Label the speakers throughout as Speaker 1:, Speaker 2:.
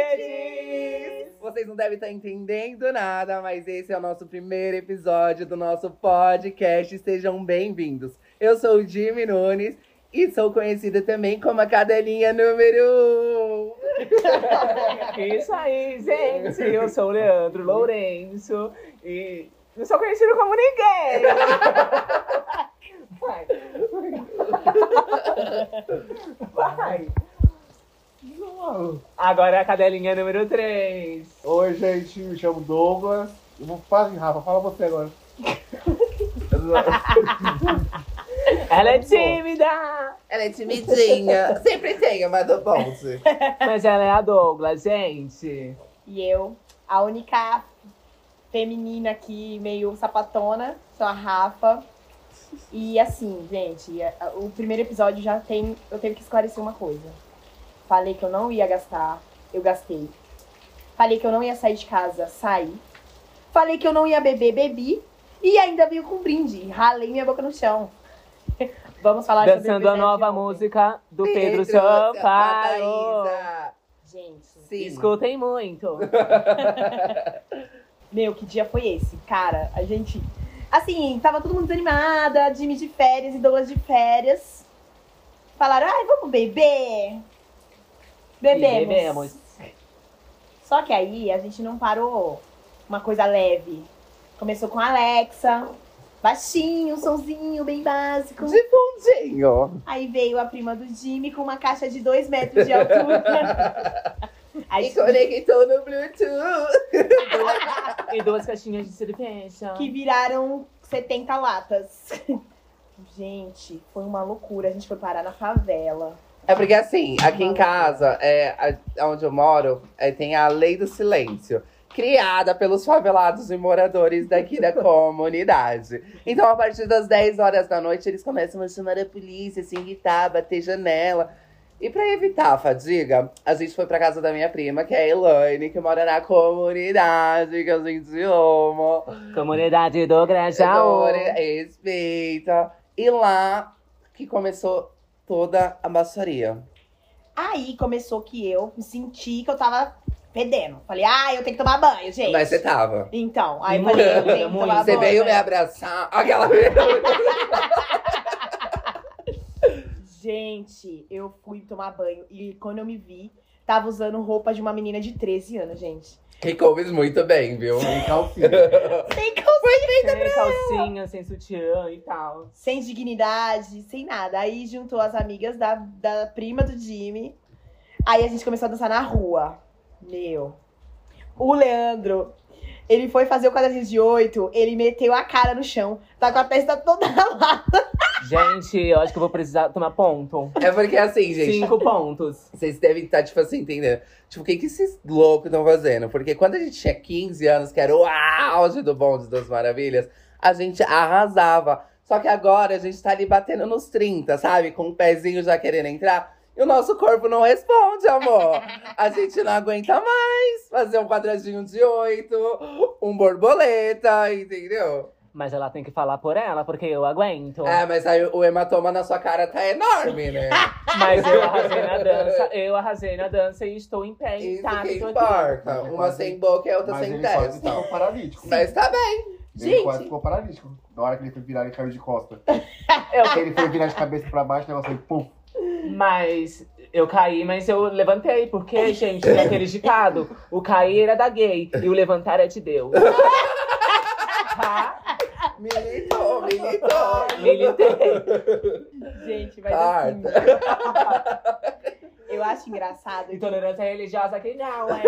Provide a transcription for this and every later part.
Speaker 1: Pockets! Vocês não devem estar entendendo nada, mas esse é o nosso primeiro episódio do nosso podcast. Sejam bem-vindos. Eu sou o Jimmy Nunes e sou conhecida também como a cadelinha número um.
Speaker 2: Isso aí, gente. Eu sou o Leandro Lourenço e não sou conhecido como ninguém. Vai. Vai. Não. Agora é a cadelinha número 3.
Speaker 3: Oi, gente, me chamo Douglas. Eu vou fazer, Rafa, fala você agora.
Speaker 2: Ela é tímida,
Speaker 1: Ela é timidinha. Sempre tem uma do bonde.
Speaker 2: mas ela é a Douglas, gente.
Speaker 4: E eu, a única feminina aqui, meio sapatona, sou a Rafa. E assim, gente, a- a- o primeiro episódio já tem. Eu teve que esclarecer uma coisa. Falei que eu não ia gastar, eu gastei. Falei que eu não ia sair de casa, saí. Falei que eu não ia beber, bebi. E ainda veio com brinde. Ralei minha boca no chão. Vamos falar sobre
Speaker 2: Dançando a
Speaker 4: bebida de
Speaker 2: nova
Speaker 4: ontem.
Speaker 2: música do Pedro Sampaio.
Speaker 1: Sampaio.
Speaker 4: Gente.
Speaker 1: Sim.
Speaker 2: Escutem muito.
Speaker 4: Meu, que dia foi esse? Cara, a gente. Assim, tava todo mundo desanimada, Jimmy de férias e Douglas de férias. Falaram, ai, vamos beber. Bebemos.
Speaker 2: E bebemos.
Speaker 4: Só que aí a gente não parou uma coisa leve. Começou com Alexa, baixinho, sonzinho, bem básico.
Speaker 1: De fundinho.
Speaker 4: Aí veio a prima do Jimmy com uma caixa de dois metros de altura. Aí
Speaker 1: E conectou no Bluetooth.
Speaker 2: E duas caixinhas de cerveja.
Speaker 4: que viraram 70 latas. Gente, foi uma loucura. A gente foi parar na favela.
Speaker 1: É porque assim, aqui em casa, é, a- onde eu moro, é, tem a lei do silêncio. Criada pelos favelados e moradores daqui da comunidade. Então, a partir das 10 horas da noite, eles começam a chamar a polícia, se irritar, bater janela. E pra evitar a fadiga, a gente foi pra casa da minha prima, que é a Elaine, que mora na comunidade, que a gente ama.
Speaker 2: Comunidade do Grajaú.
Speaker 1: Adora, respeita. E lá que começou toda a maçoria.
Speaker 4: Aí começou que eu me senti que eu tava fedendo. Falei, ah, eu tenho que tomar banho, gente.
Speaker 1: Mas você tava.
Speaker 4: Então, aí eu falei, eu tenho que
Speaker 2: Muito,
Speaker 4: tomar
Speaker 1: Você
Speaker 4: banho.
Speaker 1: veio me abraçar. Aquela vez.
Speaker 4: Gente, eu fui tomar banho e quando eu me vi, tava usando roupa de uma menina de 13 anos, gente.
Speaker 1: Que coube muito bem, viu?
Speaker 3: Sem calcinha.
Speaker 4: Sem calcinha.
Speaker 2: Sem calcinha, sem sutiã e tal.
Speaker 4: sem dignidade, sem nada. Aí juntou as amigas da, da prima do Jimmy. Aí a gente começou a dançar na rua. Meu. O Leandro, ele foi fazer o quadradinho de oito, ele meteu a cara no chão. Tá com a testa toda lá.
Speaker 2: Gente, eu acho que eu vou precisar tomar ponto.
Speaker 1: É porque assim, gente.
Speaker 2: Cinco pontos.
Speaker 1: Vocês devem estar, tipo assim, entendendo. Tipo, o que, que esses loucos estão fazendo? Porque quando a gente tinha 15 anos, que era o auge do Bonde das Maravilhas, a gente arrasava. Só que agora a gente tá ali batendo nos 30, sabe? Com o pezinho já querendo entrar. E o nosso corpo não responde, amor. A gente não aguenta mais fazer um quadradinho de oito, um borboleta, entendeu?
Speaker 2: Mas ela tem que falar por ela, porque eu aguento.
Speaker 1: Ah, mas aí o hematoma na sua cara tá enorme, né?
Speaker 2: Mas eu arrasei na dança, eu arrasei na dança e estou em pé
Speaker 1: Isso
Speaker 2: intacto
Speaker 1: que
Speaker 2: aqui.
Speaker 1: importa. Uma sem boca e a outra
Speaker 3: Mas
Speaker 1: sem
Speaker 3: ele tá. quase
Speaker 1: testa.
Speaker 3: ficou paralítico.
Speaker 1: Mas tá bem.
Speaker 3: Ele
Speaker 1: Gente.
Speaker 3: quase ficou paralítico. Na hora que ele foi virar, ele caiu de costa.
Speaker 2: Eu-
Speaker 3: Ele foi virar de cabeça pra baixo, o negócio foi pum.
Speaker 2: Mas eu caí, mas eu levantei. Porque, gente, é aquele ditado. O cair é da gay e o levantar é de Deus. Tá?
Speaker 1: Militou, militou.
Speaker 2: Militei.
Speaker 4: Gente, vai dar assim.
Speaker 1: Carta.
Speaker 4: Eu acho engraçado.
Speaker 2: Intolerância religiosa aqui não, é.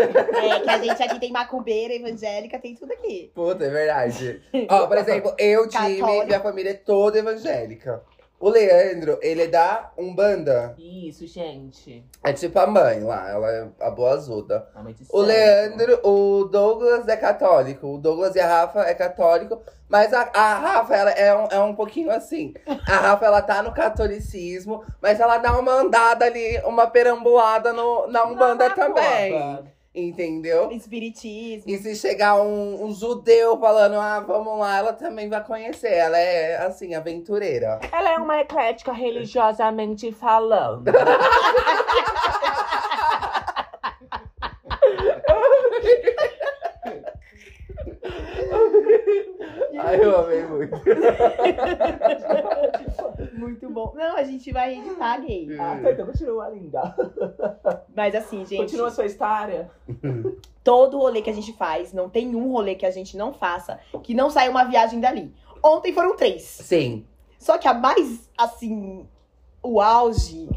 Speaker 4: É que a gente aqui tem macumbeira, evangélica, tem tudo aqui.
Speaker 1: Puta, é verdade. Ó, por exemplo, eu, time,
Speaker 4: Católico.
Speaker 1: minha família é toda evangélica. O Leandro, ele é da Umbanda.
Speaker 2: Isso, gente.
Speaker 1: É tipo a mãe lá, ela é a boa ajuda.
Speaker 2: É muito
Speaker 1: O
Speaker 2: sério.
Speaker 1: Leandro, o Douglas é católico. O Douglas e a Rafa é católico. Mas a, a Rafa, ela é um, é um pouquinho assim. A Rafa, ela tá no catolicismo, mas ela dá uma andada ali, uma perambulada no, na Umbanda também. Entendeu?
Speaker 4: Espiritismo.
Speaker 1: E se chegar um, um judeu falando, ah, vamos lá, ela também vai conhecer. Ela é, assim, aventureira.
Speaker 2: Ela é uma eclética religiosamente falando.
Speaker 4: Muito bom. Não, a gente vai editar gay.
Speaker 2: Ah, tá, então continua, linda.
Speaker 4: Mas assim, gente,
Speaker 2: Continua a sua história.
Speaker 4: todo rolê que a gente faz, não tem um rolê que a gente não faça, que não saia uma viagem dali. Ontem foram três.
Speaker 1: Sim.
Speaker 4: Só que a mais, assim, o auge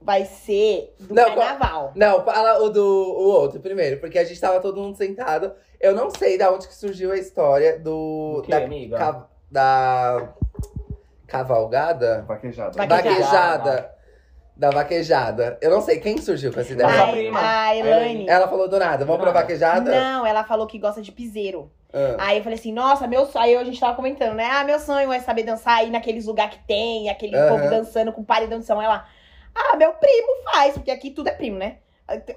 Speaker 4: vai ser do
Speaker 1: Não,
Speaker 4: carnaval.
Speaker 1: Não, fala o do o outro primeiro, porque a gente tava todo mundo sentado. Eu não sei da onde que surgiu a história do.
Speaker 2: O quê,
Speaker 1: da,
Speaker 2: amiga?
Speaker 1: ca- da cavalgada?
Speaker 3: Vaquejada.
Speaker 4: Vaquejada.
Speaker 1: Vaquejada. Da vaquejada. Eu não sei quem surgiu com essa ideia.
Speaker 2: Nossa
Speaker 4: Ai,
Speaker 2: prima.
Speaker 4: A Elaine.
Speaker 1: Ela falou do nada, vamos pra
Speaker 2: Nada.
Speaker 1: vaquejada?
Speaker 4: Não, ela falou que gosta de piseiro.
Speaker 1: Ah.
Speaker 4: Aí eu falei assim, nossa, meu sonho. Aí a gente tava comentando, né? Ah, meu sonho é saber dançar aí naqueles lugares que tem, aquele
Speaker 1: Aham.
Speaker 4: povo dançando com paredão de samba. Ela, ah, meu primo faz, porque aqui tudo é primo, né?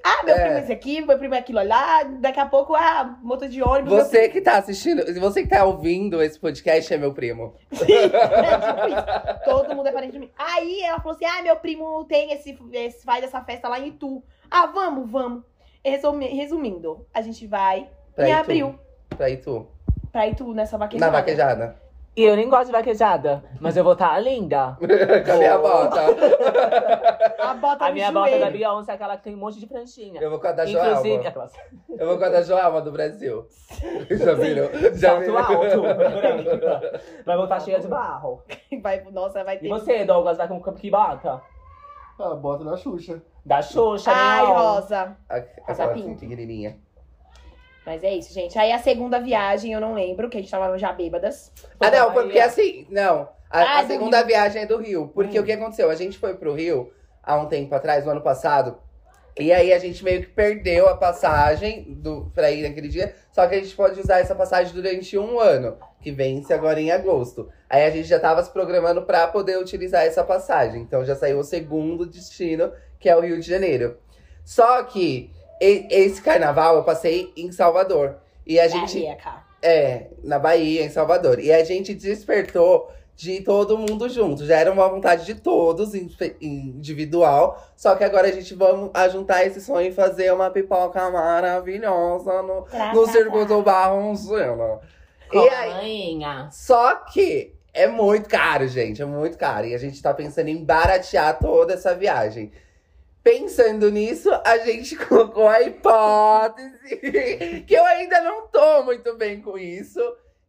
Speaker 4: Ah, meu
Speaker 1: É.
Speaker 4: primo é esse aqui, meu primo é aquilo lá. Daqui a pouco, ah, motor de ônibus. meu
Speaker 1: Você que tá assistindo, você que tá ouvindo esse podcast é meu primo.
Speaker 4: É, tipo isso. Todo mundo é parente de mim. Aí ela falou assim: ah, meu primo tem esse, esse- faz essa festa lá em Itu. Ah, vamos, vamos. Resumi- resumindo, a gente vai
Speaker 1: Pra
Speaker 4: em
Speaker 1: Itu.
Speaker 4: abril
Speaker 1: Pra Itu.
Speaker 4: pra Itu nessa vaquejada.
Speaker 1: Na vaquejada.
Speaker 2: E eu nem gosto de vaquejada, mas eu vou estar linda.
Speaker 1: Com a minha bota.
Speaker 4: A bota
Speaker 2: A
Speaker 4: no
Speaker 2: minha bota
Speaker 4: joelho.
Speaker 2: da Beyoncé é aquela que tem um monte de pranchinha.
Speaker 1: tá Eu vou com a da
Speaker 2: Inclusive,
Speaker 1: Joelma.
Speaker 2: aquelas.
Speaker 1: Eu vou com a da Joelma do Brasil. Já viram? Já
Speaker 2: Salto alto.
Speaker 1: viram?
Speaker 2: Vai voltar cheia de barro.
Speaker 4: Vai, nossa, vai ter.
Speaker 2: E você, Douglas, vai com o que bota?
Speaker 3: Ah, bota na Xuxa.
Speaker 2: Da Xuxa,
Speaker 4: Ai,
Speaker 2: né, ó.
Speaker 4: Rosa.
Speaker 1: A- Aquela assim,
Speaker 4: Sapinho.
Speaker 1: pequenininha.
Speaker 4: Mas é isso, gente. Aí a segunda viagem, eu não lembro, que a gente tava já bêbadas.
Speaker 2: Pô,
Speaker 1: Ah, não, foi porque
Speaker 2: Maria.
Speaker 1: assim, não. A, a
Speaker 4: Ah, do
Speaker 1: segunda viagem é do Rio. Porque o que aconteceu? A gente foi pro Rio há um tempo atrás, no ano passado. E aí a gente meio que perdeu a passagem do, pra ir naquele dia. Só que a gente pode usar essa passagem durante um ano, que vence agora em agosto. Aí a gente já tava se programando pra poder utilizar essa passagem. Então já saiu o segundo destino, que é o Rio de Janeiro. Só que e- esse carnaval eu passei em Salvador. E a gente.
Speaker 4: Carreca.
Speaker 1: É, na Bahia, em Salvador. E a gente despertou de todo mundo junto. Já era uma vontade de todos, in- individual. Só que agora a gente vamos ajuntar esse sonho e fazer uma pipoca maravilhosa no,
Speaker 4: Tá,
Speaker 1: no Circuito Barroncena. E
Speaker 2: Com a
Speaker 1: aí,
Speaker 2: rainha.
Speaker 1: só que é muito caro, gente. É muito caro. E a gente tá pensando em baratear toda essa viagem. Pensando nisso, a gente colocou a hipótese, que eu ainda não tô muito bem com isso,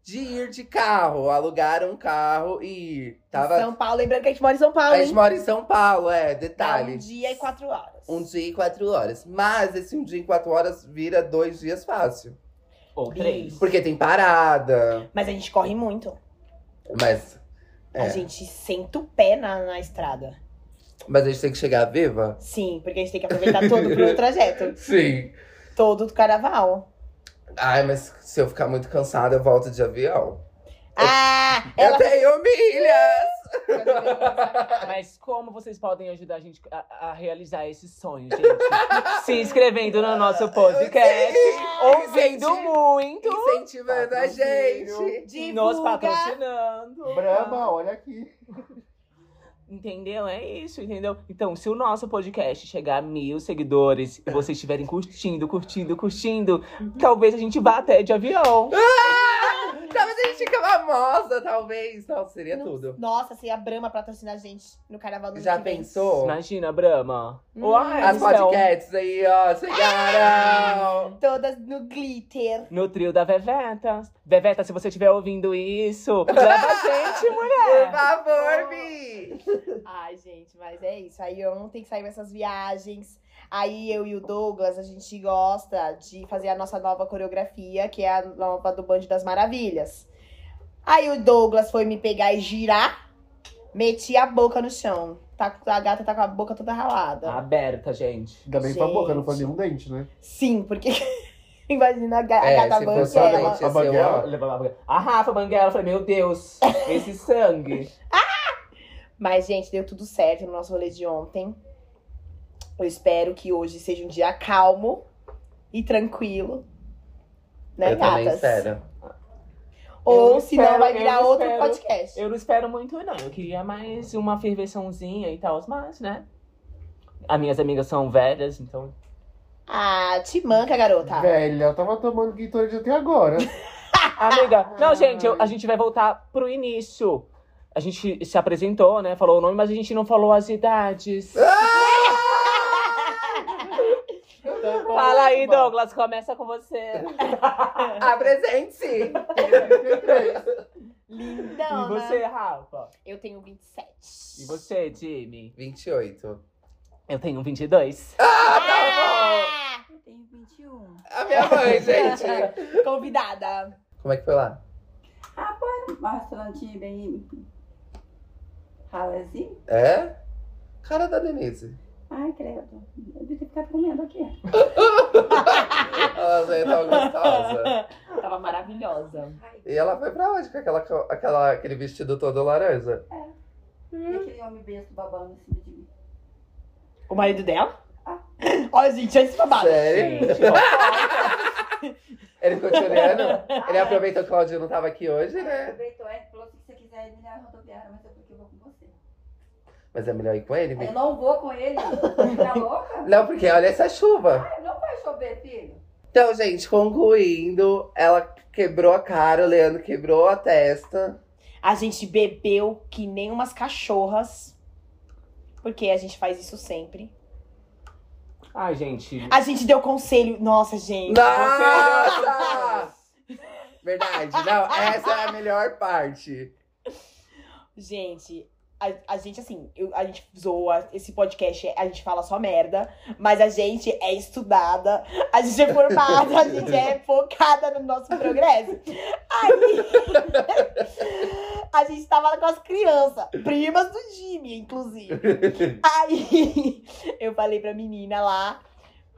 Speaker 1: de ir de carro, alugar um carro e ir. Tava...
Speaker 4: São Paulo, lembrando que a gente mora em São Paulo,
Speaker 1: A gente
Speaker 4: hein?
Speaker 1: mora em São Paulo, é,
Speaker 4: Dá
Speaker 1: detalhe.
Speaker 4: Um dia e quatro horas.
Speaker 1: Um dia e quatro horas. Mas esse um dia e quatro horas vira dois dias fácil.
Speaker 2: Ou três.
Speaker 1: Porque tem parada,
Speaker 4: Mas a gente corre muito.
Speaker 1: mas, É.
Speaker 4: A gente senta o pé na, na estrada.
Speaker 1: mas a gente tem que chegar viva.
Speaker 4: Sim, porque a gente tem que aproveitar todo o pro trajeto.
Speaker 1: Sim.
Speaker 4: Todo do carnaval.
Speaker 1: Ai, mas se eu ficar muito cansada, eu volto de avião.
Speaker 4: Ah!
Speaker 1: Eu
Speaker 4: Ela...
Speaker 1: tenho milhas!
Speaker 2: Mas como vocês podem ajudar a gente a, a realizar esse sonho, gente? Se inscrevendo no nosso podcast, ouvindo muito,
Speaker 1: Incentivando
Speaker 4: Tá
Speaker 1: a gente!
Speaker 2: nos
Speaker 4: Divulga.
Speaker 2: patrocinando.
Speaker 3: Brahma, olha aqui.
Speaker 2: Entendeu? É isso, entendeu? Então, se o nosso podcast chegar a mil seguidores e vocês estiverem curtindo, curtindo, curtindo, talvez a gente vá até de avião.
Speaker 1: Talvez a gente fique famosa, talvez. Não, seria
Speaker 4: Não.
Speaker 1: tudo.
Speaker 4: Nossa, se a Brahma patrocinar a gente no carnaval do ano
Speaker 1: Já
Speaker 4: que vem.
Speaker 1: pensou?
Speaker 2: Imagina, Brahma.
Speaker 4: Hum.
Speaker 2: Uai,
Speaker 1: As
Speaker 2: no céu.
Speaker 1: podcasts aí, ó, chegaram!
Speaker 4: Todas no glitter.
Speaker 2: No trio da Veveta. Veveta, se você estiver ouvindo isso, leva a gente, mulher.
Speaker 1: Por favor, Bi!
Speaker 4: Ai, gente, mas é isso. Aí ontem saiu essas viagens. Aí eu e o Douglas, a gente gosta de fazer a nossa nova coreografia, que é a nova do Band das Maravilhas. Aí o Douglas foi me pegar e girar, meti a boca no chão. Tá, a gata tá com a boca toda ralada.
Speaker 1: Ah.
Speaker 2: Aberta, gente.
Speaker 3: Ainda bem que foi a boca, não foi
Speaker 4: Gente.
Speaker 3: nenhum dente, né?
Speaker 4: Sim, porque imagina a, ga a
Speaker 1: É,
Speaker 4: gata
Speaker 1: se
Speaker 4: Band,
Speaker 1: fosse a
Speaker 4: ela-
Speaker 1: dente,
Speaker 3: a
Speaker 1: ia ser
Speaker 3: banguela.
Speaker 1: uma-
Speaker 2: Levou lá pra- A "Ah, Rafa Banguela, eu falei, meu Deus, esse sangue.
Speaker 4: Mas, gente, deu tudo certo no nosso rolê de ontem. Eu espero que hoje seja um dia calmo e tranquilo. Né,
Speaker 1: Eu também
Speaker 4: gatas?
Speaker 1: espero.
Speaker 4: Ou
Speaker 2: Eu
Speaker 4: se não,
Speaker 2: espero,
Speaker 4: vai
Speaker 2: eu
Speaker 4: virar outro
Speaker 2: espero.
Speaker 4: podcast.
Speaker 2: Eu não espero muito, não. Eu queria mais uma ferveçãozinha e tal, mas, né? As minhas amigas são velhas, então.
Speaker 4: Ah, te manca, garota.
Speaker 3: Velha, eu tava tomando guitarra até agora.
Speaker 2: Amiga, não, gente, eu- a gente vai voltar pro início. A gente se apresentou, né? Falou o nome, mas a gente não falou as idades.
Speaker 3: Então,
Speaker 2: Fala aí,
Speaker 3: vamos lá.
Speaker 2: Douglas, começa com você.
Speaker 1: Ah, Apresente!
Speaker 4: Lindona.
Speaker 2: e você, Rafa?
Speaker 4: Eu tenho 27.
Speaker 2: E você, Jimmy?
Speaker 1: 28.
Speaker 2: Eu tenho 22.
Speaker 4: Ah!
Speaker 5: Eu tenho 21.
Speaker 1: A minha mãe, gente.
Speaker 4: Convidada.
Speaker 1: Como é que foi lá?
Speaker 5: Um restaurante bem. ralezinho.
Speaker 1: É? Cara da Denise.
Speaker 5: Ai, credo. Eu devia ter ficado comendo aqui.
Speaker 1: Ela é tão gostosa.
Speaker 4: Tava maravilhosa.
Speaker 5: Ai,
Speaker 1: E ela foi pra onde com aquela, co- aquela, aquele vestido todo laranja?
Speaker 5: e aquele homem besta babando em cima de mim.
Speaker 4: O marido dela?
Speaker 5: Ah.
Speaker 4: Olha, gente, olha esse babado.
Speaker 1: Sério?
Speaker 2: Gente, ó,
Speaker 1: Ele ficou te olhando? Ele aproveitou que o Claudinho não tava aqui hoje,
Speaker 5: Aí
Speaker 1: né?
Speaker 5: aproveitou e falou assim, se você quiser ir na rodoviária, mas eu porque eu vou com você.
Speaker 1: Mas é melhor ir com ele,
Speaker 5: Aí Eu
Speaker 1: menino.
Speaker 5: não vou com ele. Tá louca?
Speaker 1: Não, porque olha essa chuva.
Speaker 5: Ai, não vai chover, filho.
Speaker 1: Então, gente, concluindo, ela quebrou a cara, o Leandro quebrou a testa.
Speaker 4: A gente bebeu que nem umas cachorras. Porque a gente faz isso sempre.
Speaker 2: Ai, gente.
Speaker 4: A gente deu conselho. Nossa, gente.
Speaker 1: Nossa! Verdade. Não, essa é a melhor parte.
Speaker 4: Gente, a, a gente, assim, eu- a gente zoa. Esse podcast, é- a gente fala só merda. Mas a gente é estudada. A gente é formada. A gente é focada no nosso progresso. Aí. A gente tava lá com as crianças. Primas do Jimmy, inclusive. Aí eu falei pra menina lá,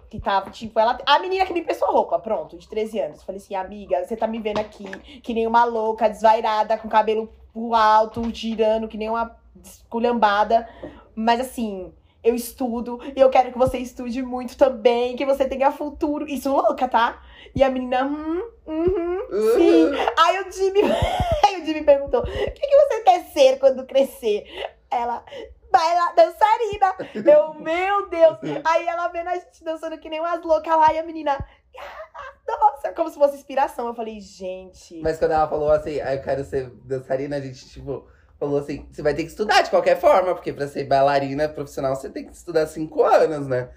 Speaker 4: que tava, tipo, ela. A menina que me prestou roupa, pronto, de 13 anos. Falei assim, amiga, você tá me vendo aqui, que nem uma louca, desvairada, com cabelo pro alto, girando, que nem uma esculhambada. Mas assim, eu estudo e eu quero que você estude muito também, que você tenha futuro. Isso louca, tá? E a menina, hum, uhum. Sim. Aí o Jimmy, aí o Jimmy perguntou: o que, que você quer ser quando crescer? Ela, baila, dançarina. Eu, meu Deus. Aí ela vendo a gente dançando que nem umas loucas lá e a menina, "Ah, nossa, como se fosse inspiração. Eu falei, gente.
Speaker 1: Mas quando ela falou assim, ah, eu quero ser dançarina, a gente, tipo, falou assim: você vai ter que estudar de qualquer forma, porque pra ser bailarina profissional você tem que estudar cinco anos, né?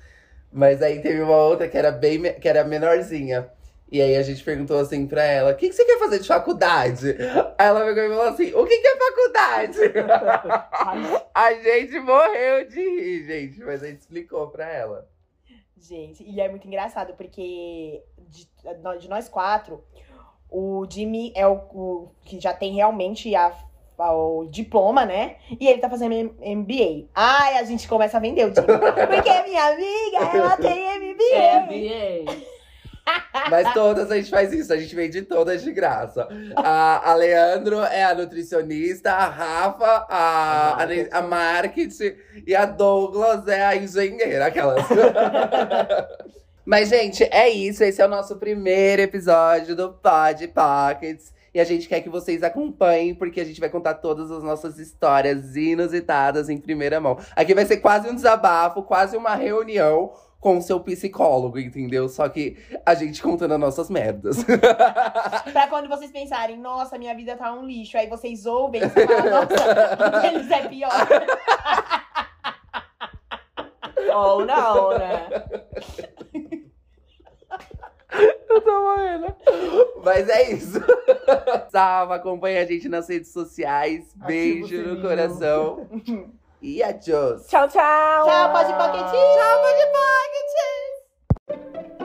Speaker 1: Mas aí teve uma outra que era bem me- que era menorzinha. E aí a gente perguntou assim pra ela: o que, que você quer fazer de faculdade? Aí ela pegou e falou assim: o que, que é faculdade? a gente morreu de rir, gente, mas a gente explicou pra ela.
Speaker 4: Gente, e é muito engraçado, porque de, de nós quatro, o Jimmy é o, o que já tem realmente a- a- o diploma, né? E ele tá fazendo M- MBA. Ai, a gente começa a vender o Jimmy. Porque minha amiga, ela tem
Speaker 2: É
Speaker 4: MBA.
Speaker 1: Mas todas a gente faz isso, a gente vende todas de graça. A, a Leandro é a nutricionista, a Rafa, a, a, ne- a marketing e a Douglas é a engenheira, aquelas. Mas, gente, é isso. Esse é o nosso primeiro episódio do Pod Pockets. E a gente quer que vocês acompanhem, porque a gente vai contar todas as nossas histórias inusitadas em primeira mão. Aqui vai ser quase um desabafo, quase uma reunião com o seu psicólogo, entendeu? Só que a gente contando as nossas merdas.
Speaker 4: Pra quando vocês pensarem, nossa, minha vida tá um lixo. Aí vocês ouvem e falam, nossa, eles é pior.
Speaker 2: Ou não, né?
Speaker 1: Eu tô morrendo. Mas é isso. Salva, acompanha a gente nas redes sociais.
Speaker 3: Ativa o
Speaker 1: Beijo no
Speaker 3: sininho.
Speaker 1: coração. E adiós.
Speaker 2: Tchau, tchau.
Speaker 4: Tchau, pode paquetinho.
Speaker 1: Tchau, Body Pockets!